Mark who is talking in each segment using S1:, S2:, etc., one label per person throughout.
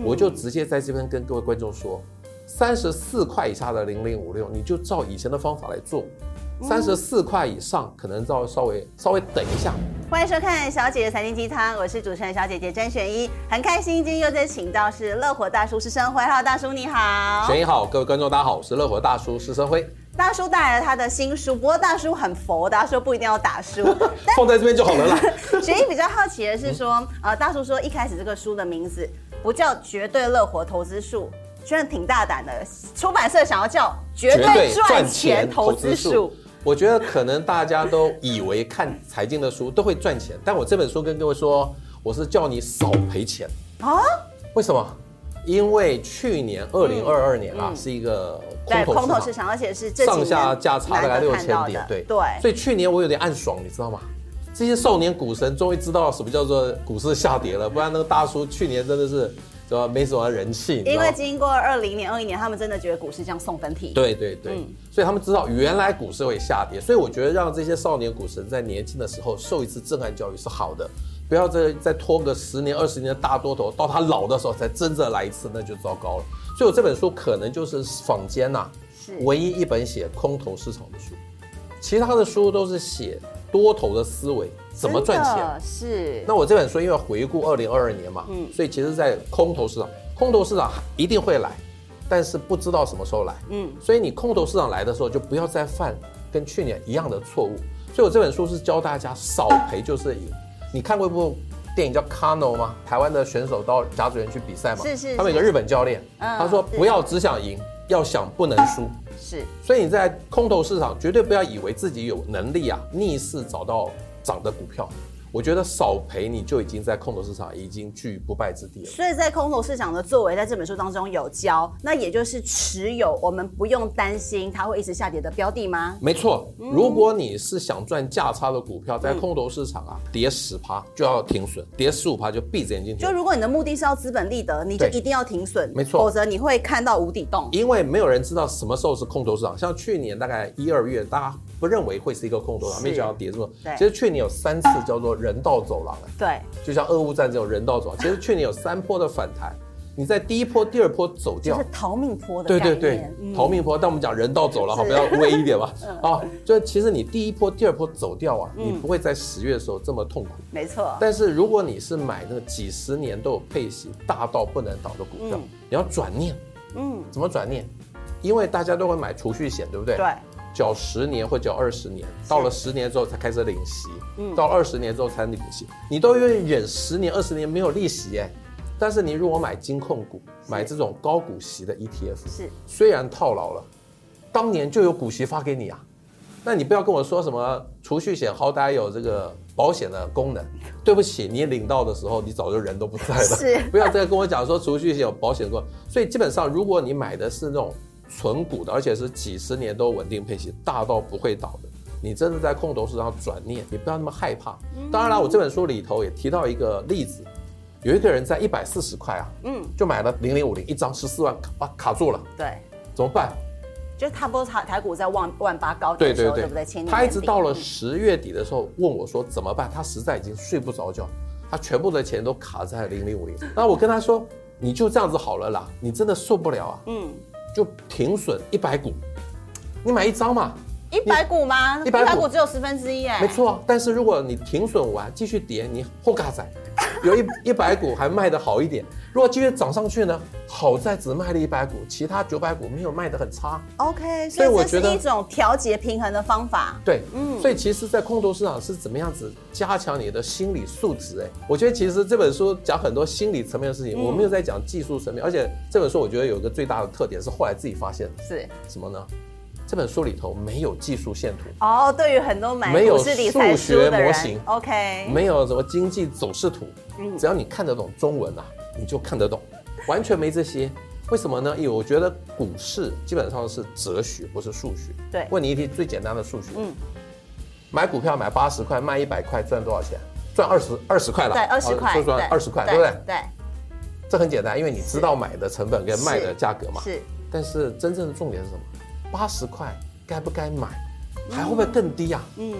S1: 嗯
S2: 我就直接在这边跟各位观众说，三十四块以下的零零五六，你就照以前的方法来做。
S1: 嗯
S2: 三十四块以上，可能要稍微稍微等一下。
S1: 欢迎收看《小姐的财经鸡汤》，我是主持人小姐姐詹选一，很开心今天又在请到是乐活大叔施生辉，Hello 大叔你好，
S2: 选一好，各位观众大家好，我是乐活大叔施生辉，
S1: 大叔带来了他的新书，不过大叔很佛，大叔不一定要 打书。
S2: 放在这边就好了啦。
S1: 雪一比较好奇的是说，呃，大叔说一开始这个书的名字不叫《绝对乐活投资术》，真的挺大胆的，出版社想要叫《 绝对赚钱投资术》。
S2: 我觉得可能大家都以为看财经的书都会赚钱，但我这本书跟各位说，我是叫你少赔钱。
S1: 啊，
S2: 为什么？因为去年二零二二年啊、是一个空
S1: 嗯对，
S2: 头
S1: 空头
S2: 市
S1: 市
S2: 场，
S1: 场，而且是这几
S2: 上
S1: 年
S2: 下价差大概
S1: 难得
S2: 六
S1: 看
S2: 千
S1: 到的
S2: 点，对
S1: 对，
S2: 所以去年我有点暗爽，你知道吗？这些少年股神终于知道什么叫做股市下跌了，不然那个大叔去年真的是什么没什么人气，你知
S1: 因
S2: 道吗
S1: 为经过二零年、二一年，他们真的觉得股市这样送分题。
S2: 对对对，
S1: 嗯
S2: 所以他们知道原来股市会下跌，所以我觉得让这些少年股神在年轻的时候受一次震撼教育是好的，不要再再拖个十年二十年的大多头，到他老的时候才真正来一次，那就糟糕了。所以我这本书可能就是坊间呐、
S1: 是
S2: 唯一一本写空头市场的书，其他的书都是写多头的思维怎么赚钱。
S1: 真的是
S2: 那我这本书因为回顾二零二二年嘛，
S1: 嗯
S2: 所以其实，在空头市场，空头市场一定会来，但是不知道什么时候来。
S1: 嗯，
S2: 所以你空头市场来的时候，就不要再犯跟去年一样的错误。所以我这本书是教大家少赔就是赢。你看过一部电影叫《Kano》吗？台湾的选手到甲子园去比赛嘛，
S1: 是是
S2: 他们有个
S1: 是
S2: 日本教练，
S1: 嗯
S2: 他说
S1: 是
S2: 不要只想赢，要想不能输。
S1: 是
S2: 所以你在空头市场绝对不要以为自己有能力啊逆势找到涨的股票。我觉得少赔你就已经在空头市场已经居于不败之地了。
S1: 所以在空头市场的作为，在这本书当中有教，那也就是持有，我们不用担心它会一直下跌的标的吗？
S2: 没错，
S1: 嗯
S2: 如果你是想赚价差的股票，在空头市场啊，跌十趴就要停损，跌十五趴就闭着眼睛停
S1: 就。如果你的目的是要资本利得，你就
S2: 对
S1: 一定要停损，
S2: 没错
S1: 否则你会看到无底洞。
S2: 因为没有人知道什么时候是空头市场，像去年大概一二月，大家不认为会是一个空头市场，
S1: 是
S2: 没想到跌这么
S1: 对。
S2: 其实去年有三次叫做人道走廊、哎
S1: 对，
S2: 就像俄乌战争有人道 走，其实去年有三波的反弹，你在第一波、第二波走
S1: 就
S2: 掉
S1: 是，逃命坡的
S2: 对
S1: 概
S2: 对
S1: 念。
S2: 对，
S1: 嗯
S2: 逃命坡。但我们讲人道走了，好，
S1: 是嗯
S2: 不要微一点 吧。啊，就其实你第一波、第二波走掉啊，你不会在十月的时候这么痛苦。
S1: 没错。
S2: 但是如果你是买那个几十年都有配息大到不能倒的股票
S1: 嗯，
S2: 你要转念，
S1: 嗯，
S2: 怎么转念？因为大家都会买储蓄险，对不对？
S1: 对，
S2: 缴十年或缴二十年，到了十年之后才开始领息，到二十年之后才领息，你都愿意忍十年、二十年没有利息哎。但是你如果买金控股，买这种高股息的 E ETF，
S1: 是
S2: 虽然套牢了，当年就有股息发给你啊。那你不要跟我说什么储蓄险好歹有这个保险的功能，对不起，你领到的时候你早就人都不在了，
S1: 是
S2: 不要再跟我讲说储蓄险有保险功能。所以基本上，如果你买的是那种纯股的，而且是几十年都稳定配息，大到不会倒的，你真的在空头市场转念，你不要那么害怕。
S1: 嗯
S2: 当然了，我这本书里头也提到一个例子，有一个人在一百四十块啊，
S1: 嗯，
S2: 就买了零零五零一张十四万卡，啊卡住了，
S1: 对，
S2: 怎么办？
S1: 就是差不多台台股在万万八高
S2: 对
S1: 点的时
S2: 对
S1: 候，
S2: 对，
S1: 不对？前年
S2: 他一直
S1: 年底
S2: 到了
S1: 嗯
S2: 十月底的时候问我说怎么办，他实在已经睡不着觉，他全部的钱都卡在零零五零。那我跟他说，你就这样子好了啦，你真的受不了啊，
S1: 嗯，
S2: 就停损一百股，你买一张嘛，
S1: 一百股吗？
S2: 一百股
S1: 只有十分之一哎，
S2: 没，错啊。但是如果你停损完继续跌，你后嘎仔。有 一一百股还卖得好一点，如果继续涨上去呢？好在只卖了一百股，其他九百股没有卖得很差。
S1: OK，所
S2: 所以
S1: 以
S2: 我
S1: 这
S2: 觉
S1: 是
S2: 得
S1: 一种调节平衡的方法。
S2: 对，
S1: 嗯
S2: 所以其实，在空头市场是怎么样子加强你的心理素质？哎，我觉得其实这本书讲很多心理层面的事情，我没有在讲技术层面，而且这本书我觉得有一个最大的特点是后来自己发现
S1: 是
S2: 什么呢？这本书里头没有技术线图，
S1: 哦，对于很多买
S2: 没有
S1: 股市理财书的
S2: 数学模
S1: 人
S2: 型
S1: o k
S2: 没有什么经济走势图，
S1: 嗯
S2: 只要你看得懂中文啊，你就看得懂，完全没这些。为什么呢？因为我觉得股市基本上是哲学，不是数学。
S1: 对
S2: 问你一题最简单的数学，
S1: 嗯
S2: 买股票买八十块，卖一百块，赚多少钱？赚二十二十块了，哦
S1: 对，二十块，
S2: 就赚二十块，对不对？
S1: 对，
S2: 这很简单，因为你知道买的成本跟卖的价格嘛。
S1: 是
S2: 但是真正的重点是什么？八十块该不该买？还会不会更低啊？
S1: 嗯，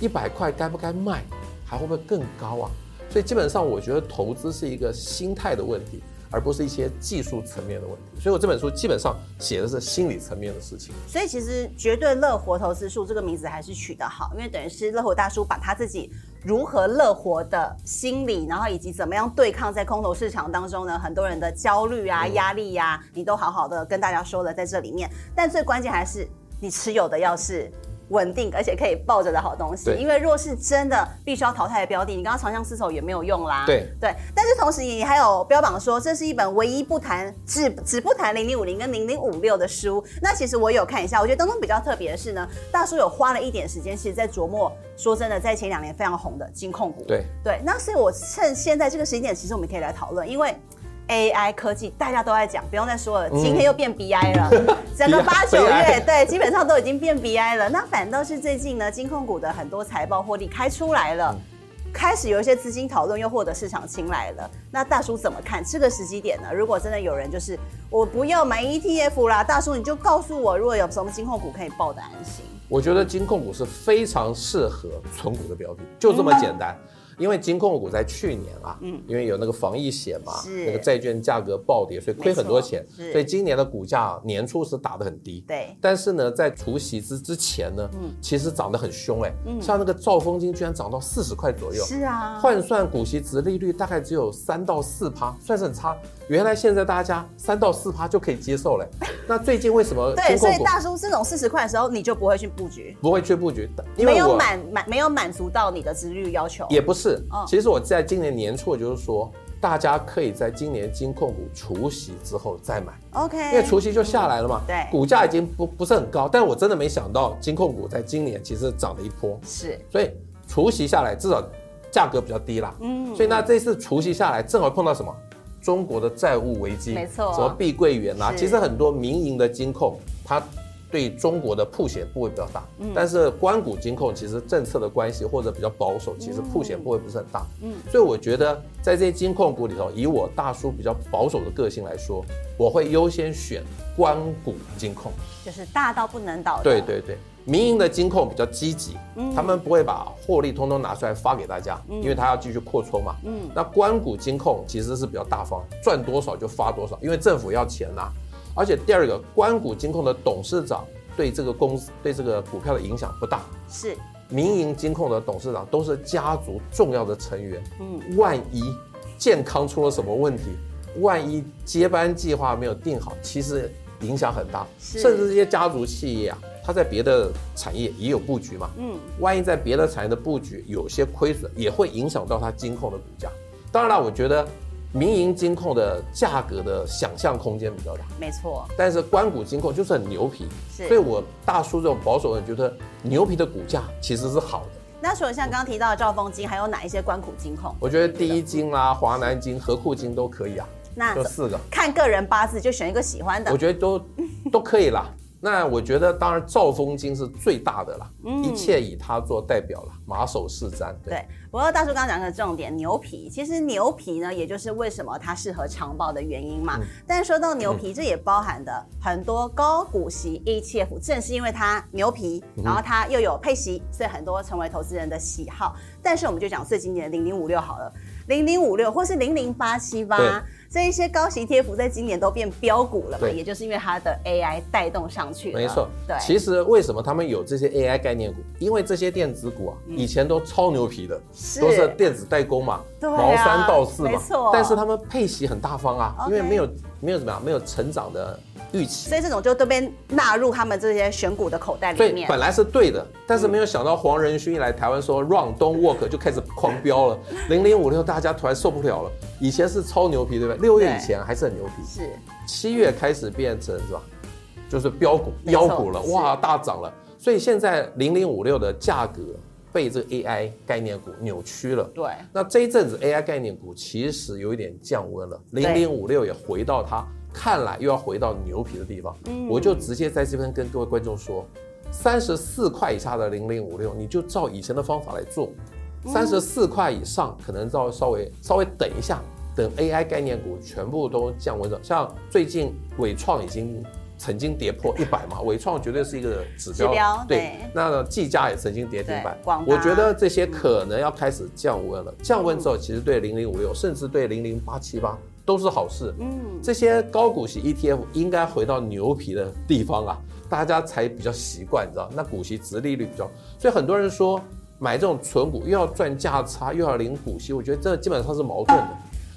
S2: 一百块该不该卖，还会不会更高啊？所以基本上，我觉得投资是一个心态的问题，而不是一些技术层面的问题。所以我这本书基本上写的是心理层面的事情。
S1: 所以其实“绝对乐活投资术”这个名字还是取得好，因为等于是乐活大叔把他自己如何乐活的心理，然后以及怎么样对抗在空头市场当中呢很多人的焦虑
S2: 嗯
S1: 啊、压力呀、你都好好的跟大家说了在这里面。但最关键还是你持有的要是。稳定而且可以抱着的好东西，
S2: 对
S1: 因为若是真的必须要淘汰的标的，你刚刚长相厮守也没有用啦。
S2: 对
S1: 对，但是同时你还有标榜说这是一本唯一不谈只只不谈零零五零跟零零五六的书。那其实我有看一下，我觉得当中比较特别的是呢，大叔有花了一点时间，其实在琢磨。说真的，在前两年非常红的金控股。
S2: 对
S1: 对，那所以我趁现在这个时间点，其实我们可以来讨论，因为。AI 科技大家都在讲，不用再说了，今天又变 BI 了，整个
S2: BI
S1: 八九月
S2: BI
S1: 对，基本上都已经变 BI 了。那反倒是最近呢，金控股的很多财报获利开出来了，
S2: 嗯
S1: 开始有一些资金讨论，又获得市场青睐了。那大叔怎么看这个时机点呢？如果真的有人就是我不要买 ETF 啦，大叔你就告诉我，如果有什么金控股可以报的安心。
S2: 我觉得金控股是非常适合存股的标的，就这么简单。因为金控股在去年啊，嗯，因为有那个防疫险嘛，
S1: 是
S2: 那个债券价格暴跌，所以亏很多钱
S1: 没错是，
S2: 所以今年的股价、啊、年初是打得很低。
S1: 对，嗯
S2: 但是呢，在除夕之之前呢，其实涨得很凶哎、像那个兆丰金居然涨到四十块左右，
S1: 是啊，
S2: 换算股息值利率大概只有三到四趴，算是很差。原来现在大家三到四趴就可以接受嘞。那最近为什么
S1: 对，
S2: 金
S1: 所
S2: 控
S1: 以
S2: 股
S1: 大叔这种四十块的时候，你就不会去布局。
S2: 不会去布局？因
S1: 没
S2: 为
S1: 有
S2: 我
S1: 满满没有满足到你的资率要求，
S2: 也不是
S1: 嗯，
S2: 其实我在今年年初我就是说，大家可以在今年金控股除息之后再买，
S1: OK，
S2: 因为除息就下来了嘛。
S1: 哎对
S2: 股价已经不不是很高，但我真的没想到金控股在今年其实涨了一波。
S1: 是
S2: 所以除息下来至少价格比较低啦。
S1: 嗯
S2: 嗯，所以那这次除息下来正好碰到什么？中国的债务危机，
S1: 没错
S2: 什么碧桂园啦、
S1: 是
S2: 其实很多民营的金控，它对中国的铺险部位比较大，但是关谷金控其实政策的关系或者比较保守，其实铺险部位不是很大。嗯，所以我觉得在这些金控股里头，以我大叔比较保守的个性来说，我会优先选关谷金控。
S1: 就是大到不能倒的，嗯
S2: 对对对，民营的金控比较积极，他们不会把获利通通拿出来发给大家，因为他要继续扩充嘛。嗯，那关谷金控其实是比较大方，赚多少就发多少，因为政府要钱呐、而且第二个，关谷金控的董事长对这个公司对这个股票的影响不大。
S1: 是
S2: 民营金控的董事长都是家族重要的成员，嗯，万一健康出了什么问题，万一接班计划没有定好，其实影响很大，
S1: 是
S2: 甚至这些家族企业啊，它在别的产业也有布局嘛，
S1: 嗯，
S2: 万一在别的产业的布局有些亏损，也会影响到它金控的股价。当然了，我觉得民营金控的价格的想象空间比较大。
S1: 没错，
S2: 但是关谷金控就是很牛皮，
S1: 是
S2: 所以我大叔这种保守人觉得牛皮的股价其实是好的。
S1: 那除了像刚刚提到的兆丰金，还有哪一些关谷金控？
S2: 我觉得第一金啦、华南金、和库金都可以啊，
S1: 那
S2: 就四个，
S1: 看个人八字就选一个喜欢
S2: 我
S1: 的，
S2: 觉得 都都可以啦。那我觉得当然兆丰金是最大的啦，
S1: 嗯
S2: 一切以它做代表啦，马首是瞻。对，
S1: 对。不过大叔刚刚讲的重点，牛皮，其实牛皮呢，也就是为什么它适合长报的原因嘛。
S2: 嗯
S1: 但是说到牛皮，这也包含的很多高股息 ETF，正是因为它牛皮，
S2: 嗯
S1: 然后它又有配息，所以很多成为投资人的喜好。但是我们就讲最经典的零零五六好了，零零五六或是零零八七
S2: 对
S1: 八。这一些高息 ETF 在今年都变标股了嘛，
S2: 对
S1: 也就是因为它的 AI 带动上去了。
S2: 没错。
S1: 啊对，
S2: 其实为什么他们有这些 AI 概念股？因为这些电子股啊，以前都超牛皮的，
S1: 嗯是
S2: 都是电子代工嘛，
S1: 对啊
S2: 毛三到四嘛，
S1: 没错
S2: 但是他们配息很大方啊因
S1: OK
S2: 为没有没有怎么样，没有成长的预期
S1: 所，以这种就都被纳入他们这些选股的口袋
S2: 所
S1: 里
S2: 以
S1: 面。
S2: 本来是对的，但是没有想到黄仁勋一来台湾说 “run don't work” 就开始狂飙了，
S1: 嗯
S2: 零零五六大家突然受不了了，以前是超牛皮，对不对？六月以前还是很牛皮，
S1: 是
S2: 七月开始变成是吧，就是标股、
S1: 没错
S2: 妖股了，
S1: 是
S2: 哇，大涨了。所以现在零零五六的价格被这个 AI 概念股扭曲了。
S1: 对，
S2: 那这一阵子 AI 概念股其实有一点降温了，零零五六也回到它看来又要回到牛皮的地方。
S1: 嗯
S2: 我就直接在这边跟各位观众说，三十四块以下的零零五六，你就照以前的方法来做；
S1: 嗯
S2: 三十四块以上，可能照稍微稍微等一下，等 AI 概念股全部都降温了。像最近伟创已经。曾经跌破一百嘛，伟创绝对是一个指标。
S1: 指标对
S2: 对，那技嘉也曾经跌停板
S1: 对广。达嗯
S2: 我觉得这些可能要开始降温了。降温之后，其实对零零五六，甚至对零零八七八都是好事。
S1: 嗯，
S2: 这些高股息 ETF 应该回到牛皮的地方啊，大家才比较习惯，你知道？那股息值利率比较，所以很多人说买这种存股又要赚价差又要领股息，我觉得这基本上是矛盾的。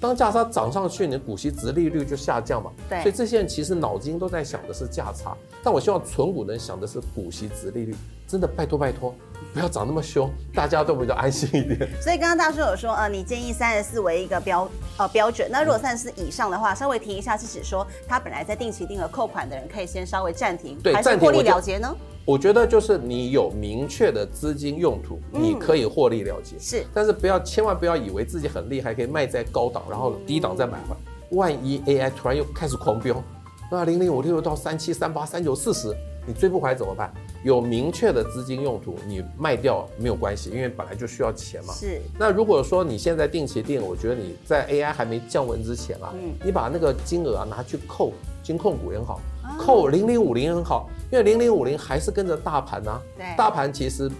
S2: 当价差涨上去，你的股息值利率就下降嘛。
S1: 对
S2: 所以这些人其实脑筋都在想的是价差，但我希望存股人想的是股息值利率。真的，拜托拜托，不要涨那么凶，大家都比较安心一点。
S1: 所以刚刚大叔有说，呃，你建议三十四为一个标呃标准，那如果三十四以上的话，稍微停一下，是指说他本来在定期定额扣款的人，可以先稍微暂停，
S2: 对
S1: 还是
S2: 暂停
S1: 获利
S2: 我就
S1: 了结呢？
S2: 我觉得就是你有明确的资金用途，你可以获利了结。
S1: 是
S2: 但是不要，千万不要以为自己很厉害，可以卖在高档，然后低档再买回来。万一 AI 突然又开始狂飙，那零零五六到三七、三八、三九、四十，你追不回来怎么办？有明确的资金用途，你卖掉没有关系，因为本来就需要钱嘛。
S1: 是，
S2: 那如果说你现在定期定，我觉得你在 AI 还没降温之前啊，
S1: 嗯
S2: 你把那个金额啊拿去扣金控股也好
S1: 啊，
S2: 扣零零五零也好，因为零零五零还是跟着大盘呐、
S1: 对
S2: 大盘其实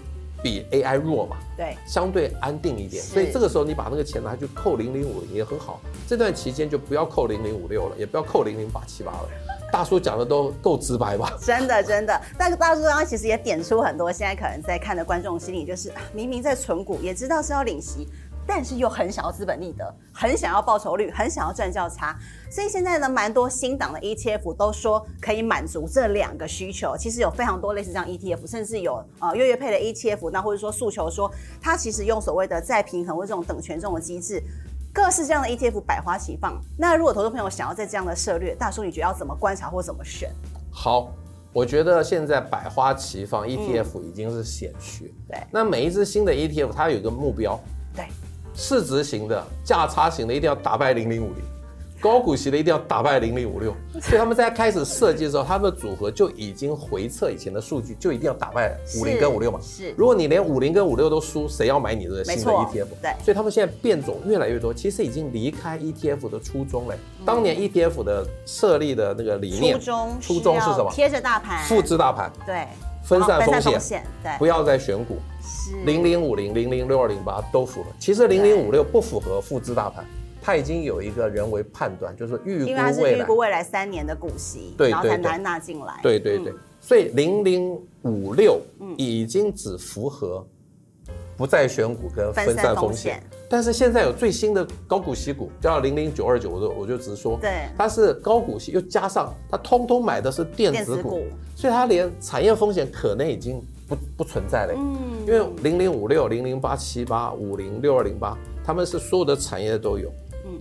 S2: 比 AI 弱嘛，
S1: 对，
S2: 相对安定一点，
S1: 是
S2: 所以这个时候你把那个钱拿去扣零零五零也很好。这段期间就不要扣零零五六了，也不要扣零零八七八了。大叔讲的都够直白吧？
S1: 真的真的。但是大叔刚刚其实也点出很多现在可能在看的观众心里，就是啊明明在存股，也知道是要领息。但是又很想要资本利得，很想要报酬率，很想要赚较差，所以现在呢，蛮多新档的 ETF 都说可以满足这两个需求。其实有非常多类似这样 ETF，甚至有呃月月配的 ETF，那或者说诉求说它其实用所谓的再平衡或这种等权重的机制，各式这样的 ETF 百花齐放。那如果投资朋友想要在这样的策略，大叔你觉得要怎么观察或怎么选？
S2: 好，我觉得现在百花齐放，ETF 已经是显学。
S1: 嗯对
S2: 那每一只新的 ETF 它有一个目标，
S1: 对，
S2: 市值型的、价差型的一定要打败零零五零，高股息的一定要打败零零五六。所以他们在开始设计的时候，他们的组合就已经回测以前的数据，就一定要打败五零跟五六嘛。
S1: 是
S2: 如果你连五零跟五六都输，谁要买你的新
S1: 没
S2: 的
S1: 错
S2: ETF？
S1: 对
S2: 所以他们现在变种越来越多，其实已经离开 ETF 的初衷了。当年 ETF 的设立的那个理念，
S1: 嗯初衷
S2: 初衷是
S1: 要
S2: 什么？
S1: 贴着大盘，
S2: 复制大盘，
S1: 对
S2: 分散
S1: 然后
S2: 风险
S1: 对，
S2: 不要再选股。
S1: 是
S2: 零零五零、零零六二零八都符合，其实零零五六不符合复制大盘，它已经有一个人为判断，就是预
S1: 因为它
S2: 估
S1: 是
S2: 未
S1: 预
S2: 来
S1: 估。未来三年的股息，
S2: 对
S1: 然后才
S2: 对
S1: 拿纳进来。
S2: 对对
S1: 嗯
S2: 对，所以零零五六已经只符合不再选股跟分散风险
S1: 分散风。
S2: 但是现在有最新的高股息股叫零零九二九，我就我就直说，
S1: 对
S2: 它是高股息，又加上它通通买的是电子
S1: 电子
S2: 股
S1: 股，
S2: 所以它连产业风险可能已经不不存在了。
S1: 嗯
S2: 因为零零五六、零零八七八、五零六二零八，他们是所有的产业都有，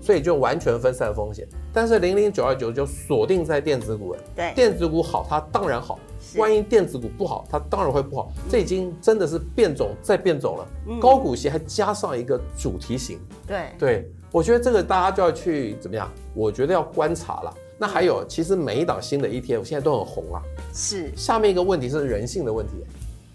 S2: 所以就完全分散风险。但是零零九二九就锁定在电子股了，
S1: 对
S2: 电子股好，它当然好；
S1: 哎是嗯
S2: 万一电子股不好，它当然会不好。这已经真的是变种再变种了，高股息还加上一个主题型，
S1: 对
S2: 对，我觉得这个大家就要去怎么样？我觉得要观察了。那还
S1: 嗯
S2: 有，其实每一档新的 ETF 现在都很红啊，
S1: 是
S2: 下面一个问题是人性的问题，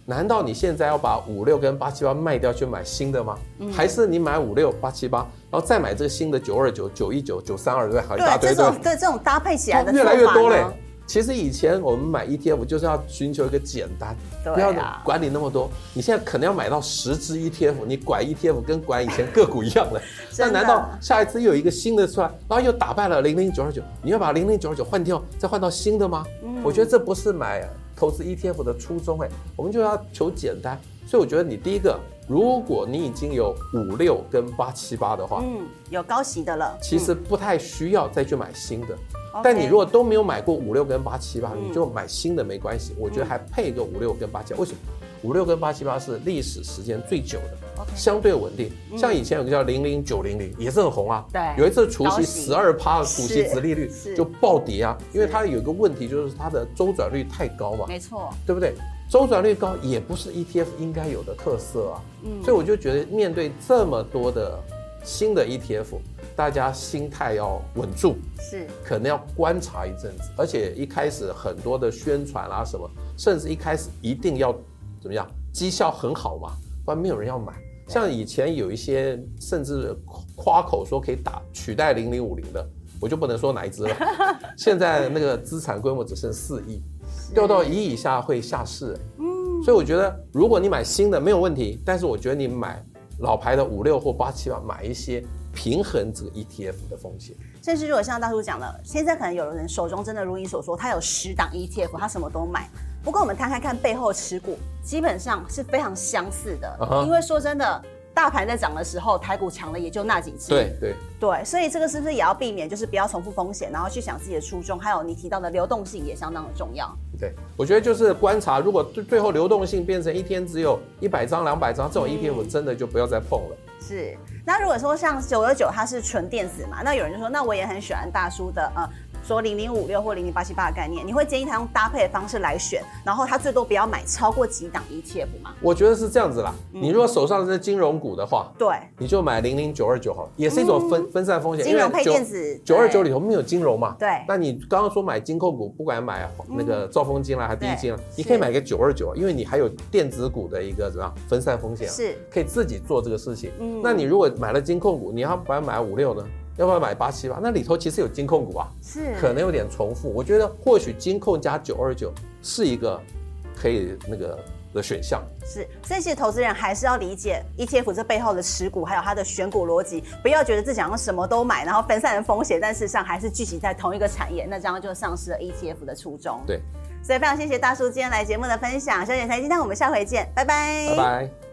S2: 难道你现在要把五六跟八七八卖掉去买新的吗？
S1: 嗯
S2: 还是你买五六八七八，然后再买这个新的九二九、九一九、九三二，对，好一大堆，
S1: 这
S2: 对
S1: 种
S2: 吧，
S1: 对这种搭配起来的
S2: 越来越
S1: 做法
S2: 多嘞
S1: 呢。
S2: 其实以前我们买 ETF 就是要寻求一个简单，
S1: 对啊
S2: 不要管理那么多。你现在可能要买到十只 ETF，你管 ETF 跟管以前个股一样 的。那
S1: 真的
S2: 难道下一次又有一个新的出来，然后又打败了零零九二九，你要把零零九二九换掉，再换到新的吗？
S1: 嗯
S2: 我觉得这不是买投资 ETF 的初衷哎，我们就要求简单。所以我觉得你第一个，如果你已经有五六跟八七八的话，
S1: 嗯，有高息的了。
S2: 其实不太需要再去买新的。
S1: 嗯 OK 嗯
S2: 但你如果都没有买过五六跟八七八，你就买新的没关系。我觉得还配一个五六跟八七八，为什么？五六跟八七八是历史时间最久的
S1: OK 嗯
S2: 相对稳定。像以前有个叫零零九零零，也是很红啊。
S1: 对
S2: 有一次除
S1: 高
S2: 夕
S1: 息
S2: 十二趴的股息
S1: 是
S2: 值利率
S1: 是
S2: 就暴跌啊，因为它有一个问题就是它的周转率太高嘛。
S1: 嗯没错，
S2: 对不对？周转率高也不是 ETF 应该有的特色啊。所以我就觉得面对这么多的新的 ETF，大家心态要稳住，
S1: 是
S2: 可能要观察一阵子，而且一开始很多的宣传啊什么，甚至一开始一定要怎么样，绩效很好嘛，不然没有人要买。像以前有一些甚至夸口说可以打取代零零五零的，我就不能说哪一只了。现在那个资产规模只剩四亿，掉到一以下会下市。嗯，所以我觉得如果你买新的没有问题，但是我觉得你买老牌的五六或八七吧，买一些平衡这个 ETF 的风险。
S1: 甚至如果像大叔讲了，现在可能有人手中真的如你所说，他有十档 ETF，他什么都买。不过我们摊开看背后持股，基本上是非常相似的。
S2: 啊哈
S1: 因为说真的，大盘在涨的时候，台股强了也就那几只。
S2: 对对，
S1: 对，所以这个是不是也要避免，就是不要重复风险，然后去想自己的初衷，还有你提到的流动性也相当的重要。
S2: 对，我觉得就是观察，如果最最后流动性变成一天只有一百张、两百张这
S1: 嗯
S2: 种 ETF，真的就不要再碰了。
S1: 是，那如果说像九九九它是纯电子嘛，那有人就说，那我也很喜欢大叔的呃，说零零五六或零零八七八的概念，你会建议他用搭配的方式来选，然后他最多不要买超过几档 E ETF 吗？
S2: 我觉得是这样子啦，
S1: 嗯
S2: 你如果手上是金融股的话，
S1: 对，
S2: 你就买零零九二九好了，也是一种分、分散风险。
S1: 嗯金融配电子
S2: 九二九
S1: 对
S2: 里头没有金融嘛？
S1: 对嗯
S2: 那你刚刚说买金控股，不管买那个兆丰金啦，还是第一金啦
S1: 对，
S2: 你
S1: 是
S2: 可以买个九二九，因为你还有电子股的一个怎么样分散风险、啊，
S1: 是
S2: 可以自己做这个事情。
S1: 嗯
S2: 那你如果买了金控股，你要不要买五六呢？要不要买八七八？那里头其实有金控股啊，
S1: 是
S2: 可能有点重复。我觉得或许金控加九二九是一个可以那个的选项。
S1: 是，所以其实投资人还是要理解 E ETF 这背后的持股，还有它的选股逻辑，不要觉得自己好像什么都买，然后分散了风险，但事实上还是聚集在同一个产业，那这样就丧失了 ETF 的初衷。
S2: 对，
S1: 所以非常谢谢大叔今天来节目的分享，小姐财经，那我们下回见，拜拜
S2: 拜拜。